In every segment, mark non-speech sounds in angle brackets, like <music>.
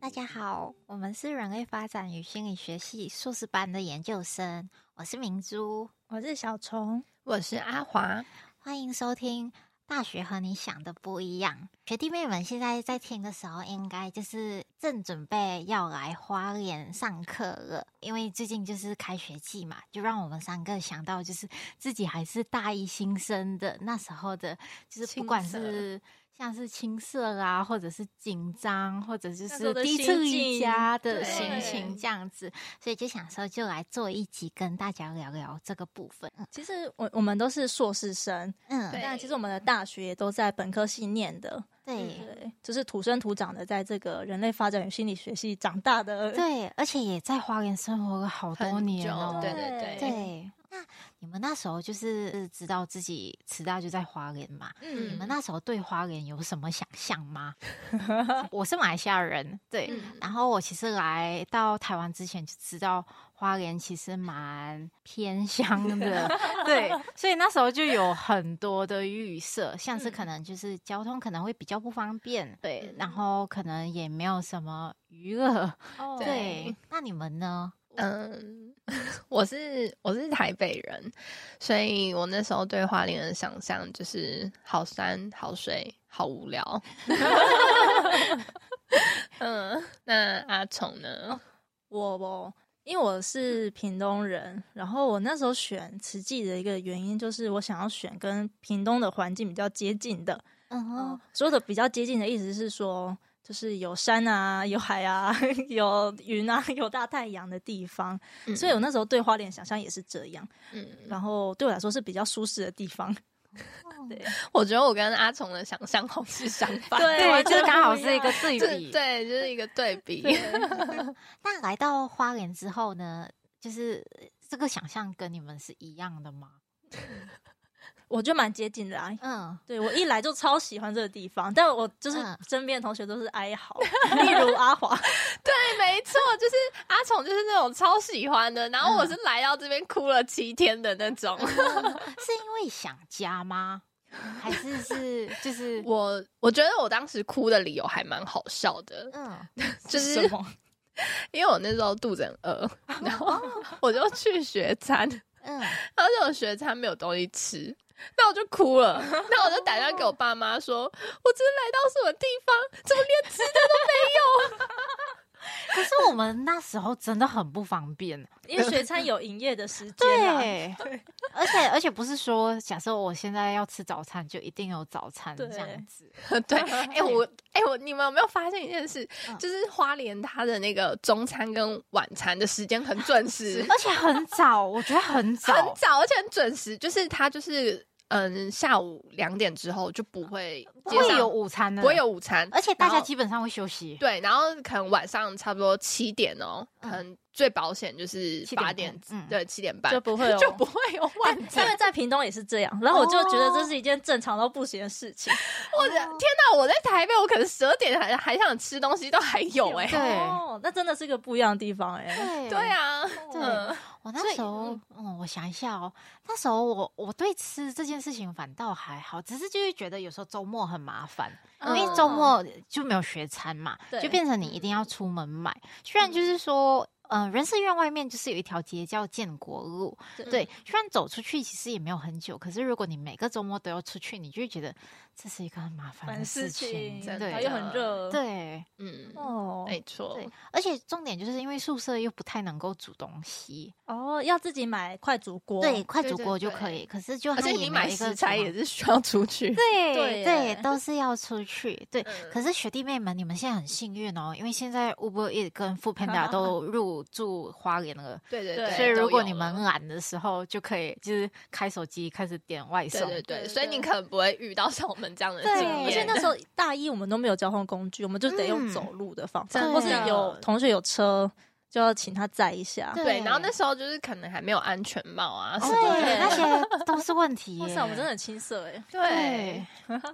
大家好，我们是人类发展与心理学系硕士班的研究生，我是明珠，我是小虫，我是阿华，欢迎收听《大学和你想的不一样》。学弟妹们现在在听的时候，应该就是正准备要来花莲上课了，因为最近就是开学季嘛，就让我们三个想到就是自己还是大一新生的那时候的，就是不管青涩是。像是青涩啊，或者是紧张，或者就那时候是的第一次心离境家的对心情这样子，所以就想说就来做一集跟大家聊聊这个部分。其实我我们都是硕士生，嗯，对但其实我们的大学也都在本科系念的，对对，就是土生土长的，在这个人类发展与心理学系长大的。，对，而且也在花莲生活了好多嗯很年久哦。对对对对，对那你们那时候就是知道自己迟大就在花莲嘛？你嗯，们那时候对花莲有什么想象 <laughs> 吗？我是马来西亚人，对，嗯然后我其实来到台湾之前就知道花莲其实蛮偏乡的， <laughs> 对，所以那时候就有很多的预设，像是可能就是交通可能会比较不方便，对，然后可能也没有什么娱乐，哦对。对那你们呢？嗯， <laughs> 我是我是台北人，所以我那时候对花莲的想象就是好山好水好无聊。 <laughs> 嗯，那阿虫呢？我我因为我是屏东人，然后我那时候选慈济的一个原因就是我想要选跟屏东的环境比较接近的。嗯哼，说的比较接近的意思是说，就是有山啊，有海啊， <laughs> 有云啊， <laughs> 有大太阳的地方。嗯所以我那时候对花莲想象也是这样，嗯，然后对我来说是比较舒适的地方。我觉得我跟阿虫的想象好像是相反。对，完就全刚好不一是一个样对就比，对，就是一个对比。 <laughs> <laughs> 那来到花莲之后呢，就是呃这个想象跟你们是一样的吗？ <laughs> 我觉得蛮接近的啊。嗯，对我一来就超喜欢这个地方，但我就是嗯身边的同学都是哀嚎，例如阿华，对，没错，就是阿虫就是那种超喜欢的，然后我是来到这边哭了七天的那种。 <laughs> 是因为想家吗？还是是 <laughs> 就是 <laughs> 我我觉得我当时哭的理由还蛮好笑 <laughs> 的，嗯就是什么？ <laughs> 因为我那时候肚子很 <laughs> 饿，然后我就去学餐，嗯然后这种学餐没有东西吃，那我就哭了，那我就打电话给我爸妈说，我真来到什么地方，怎么连吃的可是我们那时候真的很不方便，因为学餐有营业的时间啊。对， <laughs> 而且而且不是说，假设我现在要吃早餐，就一定有早餐对这样子， <laughs> <laughs> 对，哎、我哎、我你们有没有发现一件事，嗯就是花莲它的那个中餐跟晚餐的时间很准时， <laughs> 而且很早，我觉得很早，很早，而且很准时，就是它就是嗯下午两点之后就不会不街会上有午餐的，不会，有午餐，而且大家然后基本上会休息，对，然后可能晚上差不多七点哦，嗯可能最保险就是7八点点半，嗯对，七点半就 <laughs> 不会有就不会有哎晚因餐。为在屏东也是这样，然后我就觉得哦这是一件正常到不行的事情。我的天哪，我在台北，我可能十二点还还想吃东西都还有哎、对嗯哦，那真的是一个不一样的地方哎、对对啊，对嗯我所那以时候，嗯，我想一下哦，那时候我我对吃这件事情反倒还好，只是就是觉得有时候周末很麻烦，因嗯为周末就没有学餐嘛，对就变成你一定要出门买。虽然就是说，嗯、人事院外面就是有一条街叫建国路，对嗯对，虽然走出去其实也没有很久，可是如果你每个周末都要出去，你就会觉得这是一个很麻烦烦的事事情，情，真然的后对又很热，，对。嗯，哦没错对，而且重点就是因为宿舍又不太能够煮东西，哦，要自己买快煮锅，对，快哦对煮对锅就对可以。可是就而且它也你没有买一个食什材么也是需要出 <laughs> 去。对对对耶，都是要出去。对，嗯可是学弟妹们，你们现在很幸运哦，因为现在 Uber E 跟 f o o <laughs> Panda 都入驻花莲了。对对对对，所以，都如果有啊你们了懒的时候，就可以就是开手机开始点外对送。对对，对所以你对可能不会遇到像我们这样的对经而且验。那时候大一我们都没有交通工具，我们就得用嗯走路的方法，真或是的有同学有车，就要请他载一下。对对，然后那时候就是可能还没有安全帽啊什对，么的，对那些都是问题耶。哇塞，我们真的很青涩哎！对，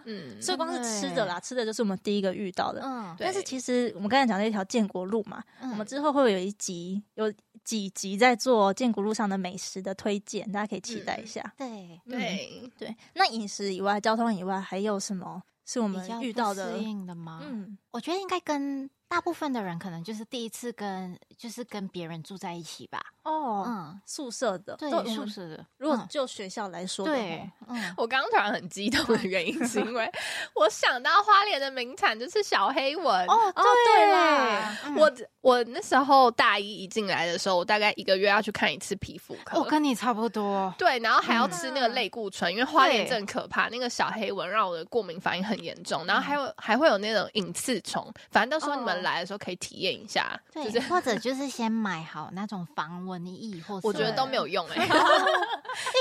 嗯，所以光是吃的啦，吃的就是我们第一个遇到的。嗯，对但是其实我们刚才讲的一条建国路嘛，嗯我们之后会有一集有几集在做建国路上的美食的推荐，大家可以期待一下。对，嗯对，对，那饮食以外，交通以外，还有什么是我我们遇到的适？应的吗？嗯，我觉得应该跟大部分的人可能就是第一次跟就是跟别人住在一起吧。哦，嗯，宿舍的，对都我，们宿舍的，如果嗯就学校来说的话，哦对，嗯，我刚刚突然很激动的原因，是因为我想到花莲的名产就是小黑蚊。哦，哦对对啦，嗯我我那时候大一一进来的时候，我大概一个月要去看一次皮肤科。我跟你差不多。对，然后还要吃嗯那个类固醇，因为花莲真的很可怕，那个小黑蚊让我的过敏反应很严重，然后还嗯有还会有那种隐刺虫，反正到时候你哦们来的时候可以体验一下，就对，是或者就是先买好那种防蚊液，或我觉得什么都没有用 <laughs> 哎、的。哎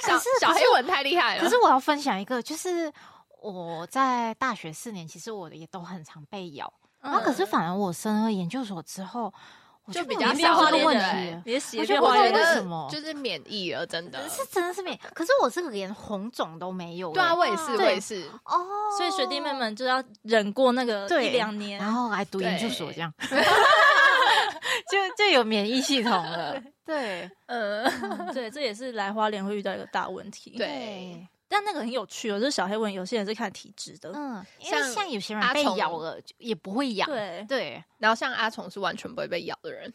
小可是小可是黑蚊太厉害了，可是我要分享一个，就是我在大学四年，其实我也都很常被咬，嗯然后可是反而我升了研究所之后，我就比不较能接受少这一个问点题了。你的鞋我觉变得我花觉园得为了，什么就是免疫了，真的。是真的是没，可是我这个连红肿都没有欸。对啊，我也是，对我也是。哦，所以学弟妹们就要忍过那个对啊一两年，然后来读研究所对这 <laughs> 样， <laughs> 就就有免疫系统了。对嗯， <laughs> 对，这也是来花莲会遇到一个大问题。对，但那个很有趣哦，就是小黑蚊，有些人是看体质的，嗯，因为像像有些人阿被虫咬了就也不会痒。对，对然后像阿虫是完全不会被咬 <laughs> 的人。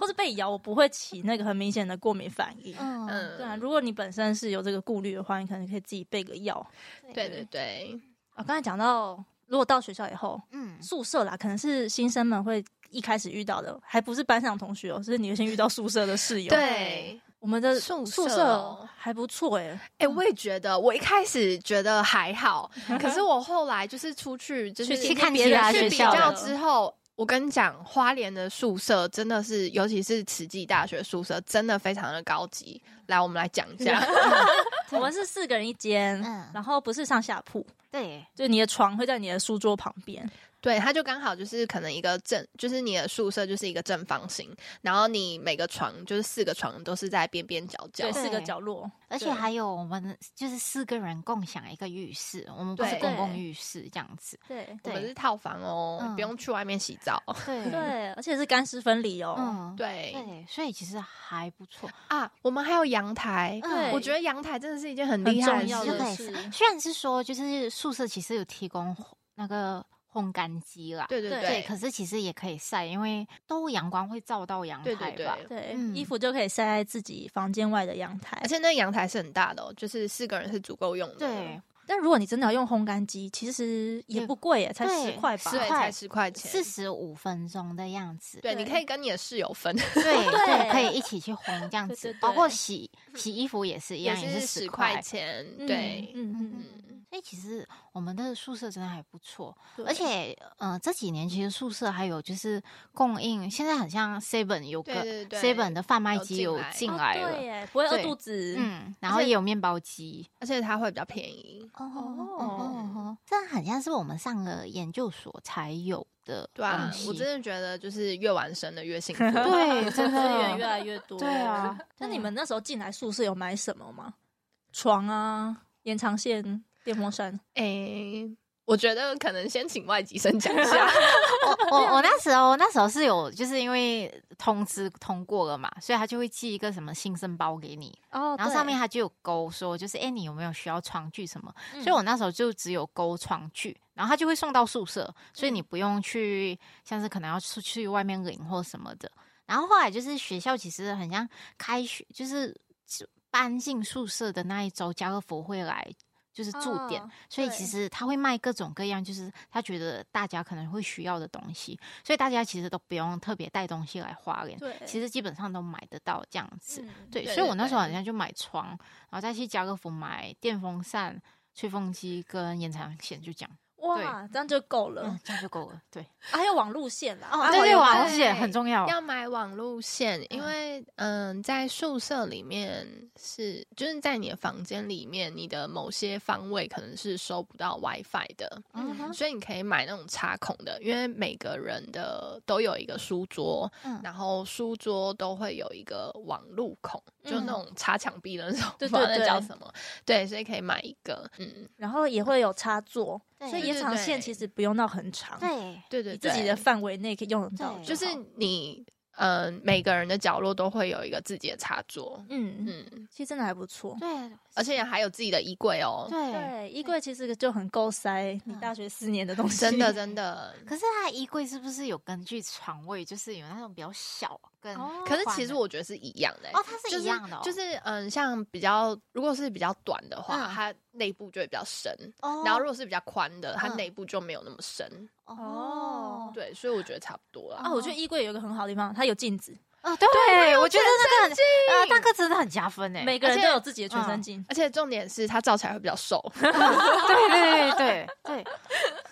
或是被咬，我不会起那个很明显的过敏反应。嗯，嗯，对啊，如果你本身是有这个顾虑的话，你可能可以自己备个药。对对对，啊，刚才讲到，如果到学校以后，嗯，宿舍啦，可能是新生们会一开始遇到的，还不是班上同学哦，是你会先遇到宿舍的室友。对。我们的宿宿舍舍哦还不错哎、哎，我也觉得，我一开始觉得还 <laughs> 好，可是我后来就是出去，啊就是去看别其人他去学比校较的， <laughs> 之后，我跟你讲，花莲的宿舍真的是，尤其是慈济大学宿舍，真的非常的高级。来，我们来讲一下。 <laughs> 我们是四个人一间，嗯然后不是上下铺，对，就你的床会在你的书桌旁边。对，它就刚好就是可能一个正，就是你的宿舍就是一个正方形，然后你每个床就是四个床都是在边边角角对，。四个对角落，而且对还有我们就是四个人共享一个浴室，我们不是对公共浴室这样子。对我们对是套房哦，嗯不用去外面洗澡。对对，而且是干湿分离哦。嗯，对对，所以其实还不错。啊，我们还有阳台，嗯我觉得阳台真的是一件很很厉害重要就的的事。类是似，虽然是说就是宿舍其实有提供烘那个烘干机啦，对对对可是其实也可以晒，因为都阳光会照到阳台对吧。对对，对，嗯衣服就可以晒在自己房间外的阳台而。且那阳台是很大的哦，就是四个人是足够用的。对但如果你真的要用烘干机，其实也也不贵耶，才十对块吧十。对，块才十块钱。四十五分钟的样子，对，对你可以跟你的室友分，对对对，可以一起去烘这样对子对，包括对洗洗衣服也是一嗯也样，也是十十块。钱。对，嗯嗯嗯，嗯所以其实我们的宿舍真的还不错，对而且呃这几年其实宿舍还有就是供应，现在很像 Seven 有对个对对 Seven 的贩卖有机进有来进哦来对了，耶，不会饿对肚子。嗯，然而后且也有面包机。而且它会比较便宜。哦哦哦，这很像是我们上了研究所才有的对啊东，西我真的 <laughs> 觉得就是越晚生的 <laughs> 越幸福。嗯 <laughs> 对，真资源越的来越多。对啊。那对你们那时候进来宿舍有买什么吗？床啊，延长线、电风扇。诶、我觉得可能先请外籍生讲一 <laughs> 下。我我我那时候那时候是有，就是因为通知通过了嘛，所以他就会寄一个什么新生包给你，哦然后上面他就有勾说，就是哎、诶你有没有需要床具什么？嗯所以我那时候就只有勾床具，然后他就会送到宿舍，所以嗯你不用去像是可能要出去外面领或什么的。然后后来就是学校其实很像开学，就是搬进宿舍的那一周，家乐福会来。就是驻点， <laughs> 哦所以对其实他会卖各种各样，就是他觉得大家可能会需要的东西，所以大家其实都不用特别带东西来花莲，对，其实基本上都买得到这样子。嗯对，对所以对我那时候对好像就买床，然后再去家乐福买电风扇、吹风机跟延长线，就这样，哇，这样就够了嗯。，这样就够了。对，哦啊还有网路线啦，对对对，有网网路线对哦很重要。要买来往路线，因为嗯，在宿舍里面是就是在你的房间里面，你的某些方位可能是收不到 WiFi 的，嗯哼，所以你可以买那种插孔的，因为每个人的都有一个书桌，嗯然后书桌都会有一个网路孔，就那嗯种插墙壁的那种，对不知道对那叫对什么，对，所以可以买一个，嗯，然后也会有插座，对所以对延对长线对其实不用到很长，对，对对你对，自己的哦范围内可以用得到对好，就是你，嗯、每个人的角落都会有一个自己的插座，嗯，嗯，其实真的还不错。对，而且还有自己的衣柜哦，对。 <laughs> 对，衣柜其实就很够塞你嗯大学四年的东西，真的真的。可是它的衣柜是不是有根据床位，就是有那种比较小跟宽哦的？可是其实我觉得是一样的欸、哦，它是一样的哦，就是，就是嗯，像比较如果是比较短的话，嗯它内部就会比较深；哦然后如果是比较宽的，它嗯内部就没有那么深。哦，对，所以我觉得差不多啦。 <laughs> 啊，我觉得衣柜有一个很好的地方，它有镜子，啊，对，对我觉得那个很呃，镜大哥真的很加分哎，每个人而都且有自己的全身嗯镜。而且重点是它照起来会比较 <laughs> 瘦，哦对对对对对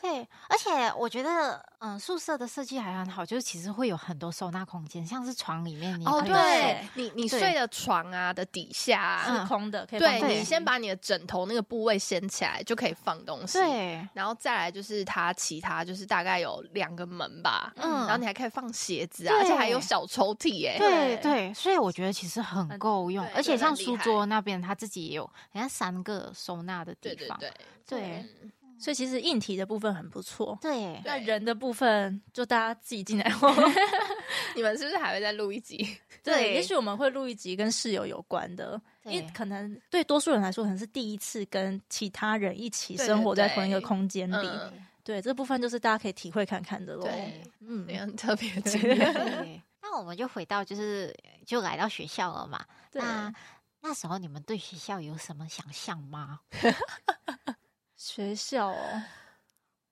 对，而且我觉得，嗯，宿舍的设计还很好，就是其实会有很多收纳空间，像是床里面你哦，可以对收，你你对嗯睡的床啊的底下、啊，是空的，可以放对东对你西先把你的枕头那个部位掀起来，就可以放东西。对，然后再来就是它其他就是大概有两个门吧，嗯然后你还可以放鞋子啊，对而且还有小抽屉耶、对对对，所以我觉得其实哎很很够用对，而且真的像很厉书害桌那边他自己也有，人家三个收纳的地对对方，对对嗯所以其实硬体的部分很不错。对对那人的部分就大家自己进来后， <laughs> 你们是不是还会再录一集？对对，也许我们会录一集跟室友有关的，因为对可能对多数人来说，可能是第一次跟其他人一起对生活在对同一个空间里。嗯对，这部分就是大家可以体会看看的喽。对，嗯那，很特别的经验。 <laughs> 对。那我们就回到就是就来到学校了嘛，对那那时候你们对学校有什么想象吗？学校哦，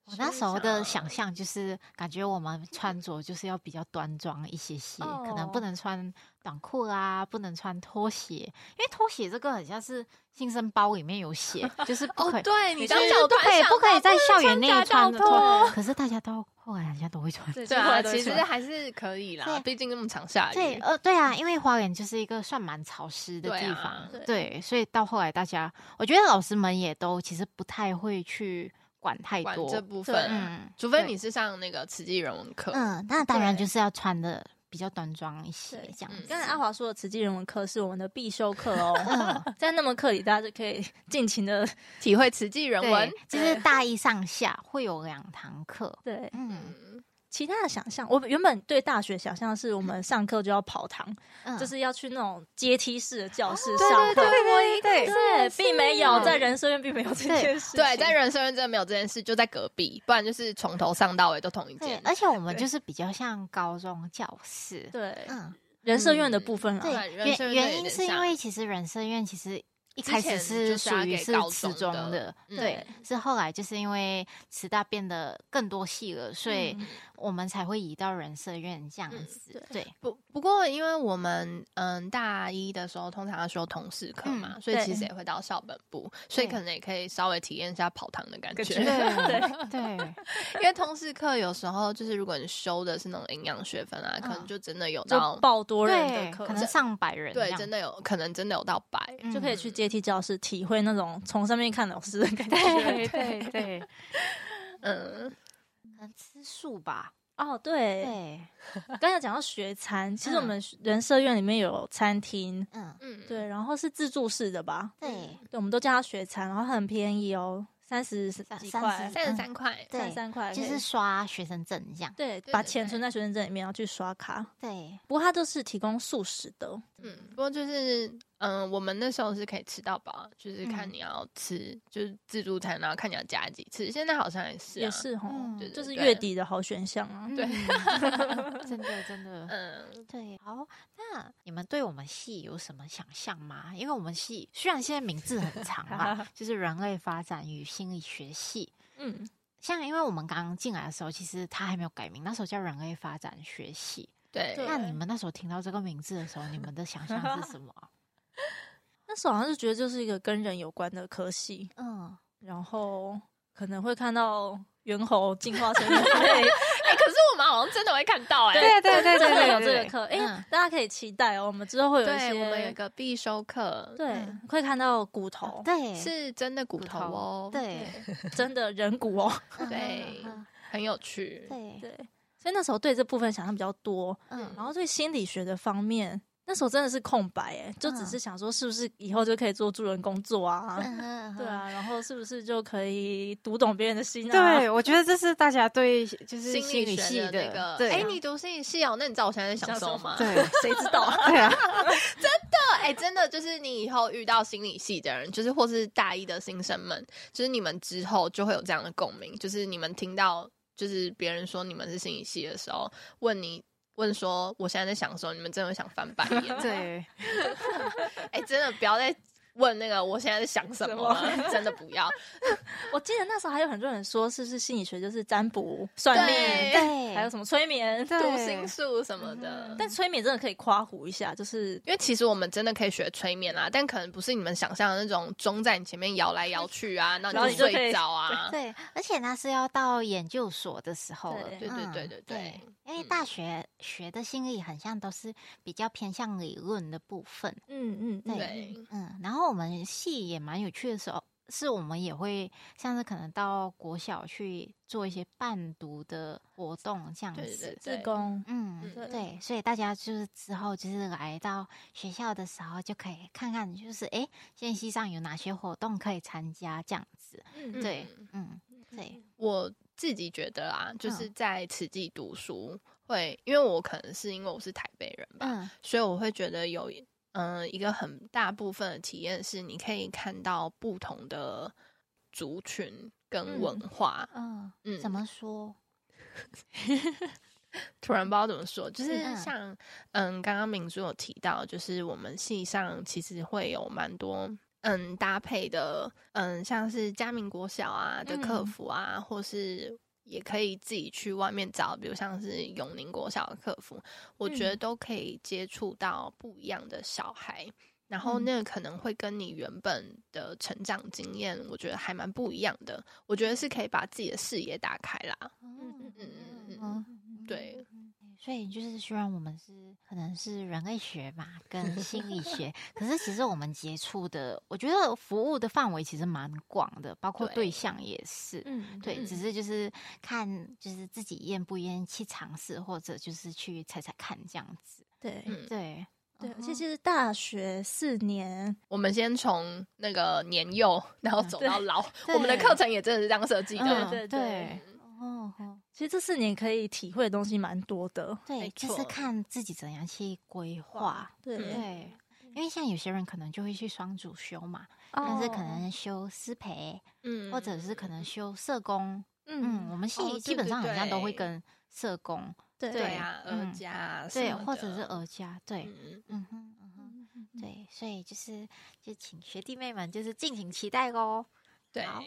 我那时候的想学校象就是，感觉我们穿着就是要比较端庄一些些，可能不哦能穿短裤啦，不能穿拖鞋，因为拖鞋这个很像是新生包里面有写，就是不可哦，以，对你你刚就是脚不可以不可以在校园内夹穿脚拖拖，可是大家都后来好像都会穿。对对后啊，来都会其实说还是可以啦对，毕竟那么常下雨。对，呃，对啊，因为花园就是一个算蛮潮湿的对地啊方，对对，所以到后来大家，我觉得老师们也都其实不太会去管太管多这，部对分，嗯，除非对你是上那个慈济人文课，嗯，那当然对就是要穿的比较端庄一些对，嗯这样子。刚才阿华说的慈济人文课是我们的必修课哦，嗯， <laughs> 在那门课里，大家就可以尽情的体会慈济人文对，，就是 <laughs> 大一上下会有两堂课。对嗯嗯，其他的想象。我原本对大学想象是我们上课就要跑堂，嗯，就是要去那种阶梯式的教室对上对课。对，我也对对，并没有是在人生并没有这件事情。对，在人生认真没有这件事，就在隔壁，不然就是从头上到尾都同一对间，。啊而且我们对就是比较像高中教室。对嗯，人社院的部分对啊，，人社原院原有因点是因像为其实人生院其实一之开始前就是属要于给是高职中中的的，嗯对，是后来就是因为师大变得更多系了，所以嗯我们才会移到人社院这样嗯子。对，不不过，因为我们嗯大一的时候通常要修同事课嘛，所以对其实也会到校本部，所以对可能也可以稍微体验一下跑堂的感觉。 <laughs> 感觉对对，因为同事课有时候就是如果你修的是那种营养学分啊，可能就真的有就到爆多人对，的课，可能上百人这对，样，真的有可能真的有到百。就可以去嗯阶梯教室体会那种从上面看老师的感觉。对 <laughs> 对对，可嗯，能吃素吧？ <laughs> 哦，对，对，刚才讲到学餐，其实我嗯们人社院里面有餐厅，嗯，嗯，对，然后是自助式的吧？对，对，我们都叫它学餐，然后很便宜哦，三十几块， 30三十三块，对三块，就是刷学生证这样。对，对把对钱对存在学生证里面，然后去刷卡。对，不过它都是提供素食的，哦嗯，不过就是，嗯，我们那时候是可以吃到饱，就是看嗯你要吃，就是自助餐，然后看你要加几次。现在好像也是、啊，也，是哈，嗯对对就是对月底的好选项啊。对嗯真 <laughs> 的真的，嗯，对。好，那你们对我们系有什么想象吗？因为我们系虽然现在名字很长 <laughs> 嘛，就是人类发展与心理学系。嗯，像因为我们刚刚进来的时候，其实它还没有改名，那时候叫人类发展学系。对，对那你们那时候听到这个名字的时候，你们的想象是什么啊？那时候好像是觉得就是一个跟人有关的科系， <laughs> 嗯，然后可能会看到猿猴进化成人类， <laughs> 哎、可是我们好像真的会看到哎、对对对对 <laughs> 真的对有对这对个课，哎、嗯大家可以期待哦。我们之后会有一些，对，我们有一个必修课，对嗯会看到骨头，对，是真的骨头骨头哦，对真的人骨 <laughs> 哦。嗯对嗯很有趣，嗯对，对，所以那时候对这部分想象比较多，嗯然后对心理学的方面，那时候真的是空白，哎，就只嗯是想说是不是以后就可以做助人工作啊？嗯嗯对啊，然后是不是就可以读懂别人的心啊？对，我觉得这是大家对就是心心理系学的那个，对，哎、你读心理系哦，那你知道我现在在想想什什么么吗？ <laughs> 对谁知道？对啊， <laughs> 哎、真的就是你以后遇到心理系的人，就是或是大一的新生们，就是你们之后就会有这样的共鸣，就是你们听到就是别人说你们是心理系的时候，问你问说我现在在想什么，你们真的会想翻白眼。对，哎、真的不要再问那个我现在在想什么了，真的不要。我记得那时候还有很多人说，是不是心理学就是占卜、算对命， <laughs> 对，还有什么催眠？对读心术什么的。但但催眠真的可以夸胡一下，就是因为其实我们真的可以学催眠啊，但可能不是你们想象的那种钟在你前面摇来摇去啊，然然后后你你就可以睡着啊。对，而且那是要到研究所的时候了。对对对对嗯对对对，因为嗯大学学的心理很像都是比较偏向理论的部分。嗯嗯， <laughs> 对对嗯，然后我们系也蛮有趣的时候，是我们也会像是可能到国小去做一些伴读的活动这样子。对对自对，宫。嗯嗯，对，所以大家就是之后就是来到学校的时候，就可以看看，就是诶，现西上有哪些活动可以参加这样子。嗯嗯对，嗯，对，我自己觉得啊，就是嗯在慈济读书会，因为我可能是因为我是台北人吧，嗯所以我会觉得有嗯、呃一个很大部分的体验是，你可以看到不同的族群跟嗯文化。嗯嗯怎么说？突然不知道怎么说，就是嗯像嗯，刚刚明珠有提到，就是我们系上其实会有蛮多嗯搭配的，嗯，像是嘉明国小啊的客嗯服啊，或是也可以自己去外面找，比如像是永宁国小的客服，我觉得嗯都可以接触到不一样的小孩。然后嗯那个可能会跟你原本的成长经验，我觉得还蛮不一样的。我觉得是可以把自己的视野打开啦。嗯嗯嗯嗯嗯对。所以就是，虽然我们是可能是人类学嘛，跟心理学，可是其实我们接触的，我觉得服务的范围其实蛮广的，包括对对象也是。嗯，对，只嗯是就是看，就是自己愿不愿意去尝试，或者就是去踩踩看这样子。对嗯，对，嗯对，而哼且其实大学四年，我们先从那个年幼，然后走 <laughs> 到老，嗯对我们的课程也真的是这样设计的。嗯嗯对对对对，哦，哦其实这四年可以体会的东西蛮多的。对，没就是错看自己怎样去规划。对嗯对，因为像有些人可能就会去双主修嘛，但但是可能修师培，哦嗯或者是可能修社工。嗯，我嗯，们系、哦基对本对上好像都会对跟社工，对对啊，嗯儿家啊什对，么或者的是儿家，对，嗯嗯哼，嗯哼，对，所以就是就请学弟妹们就是敬请期待喽。对好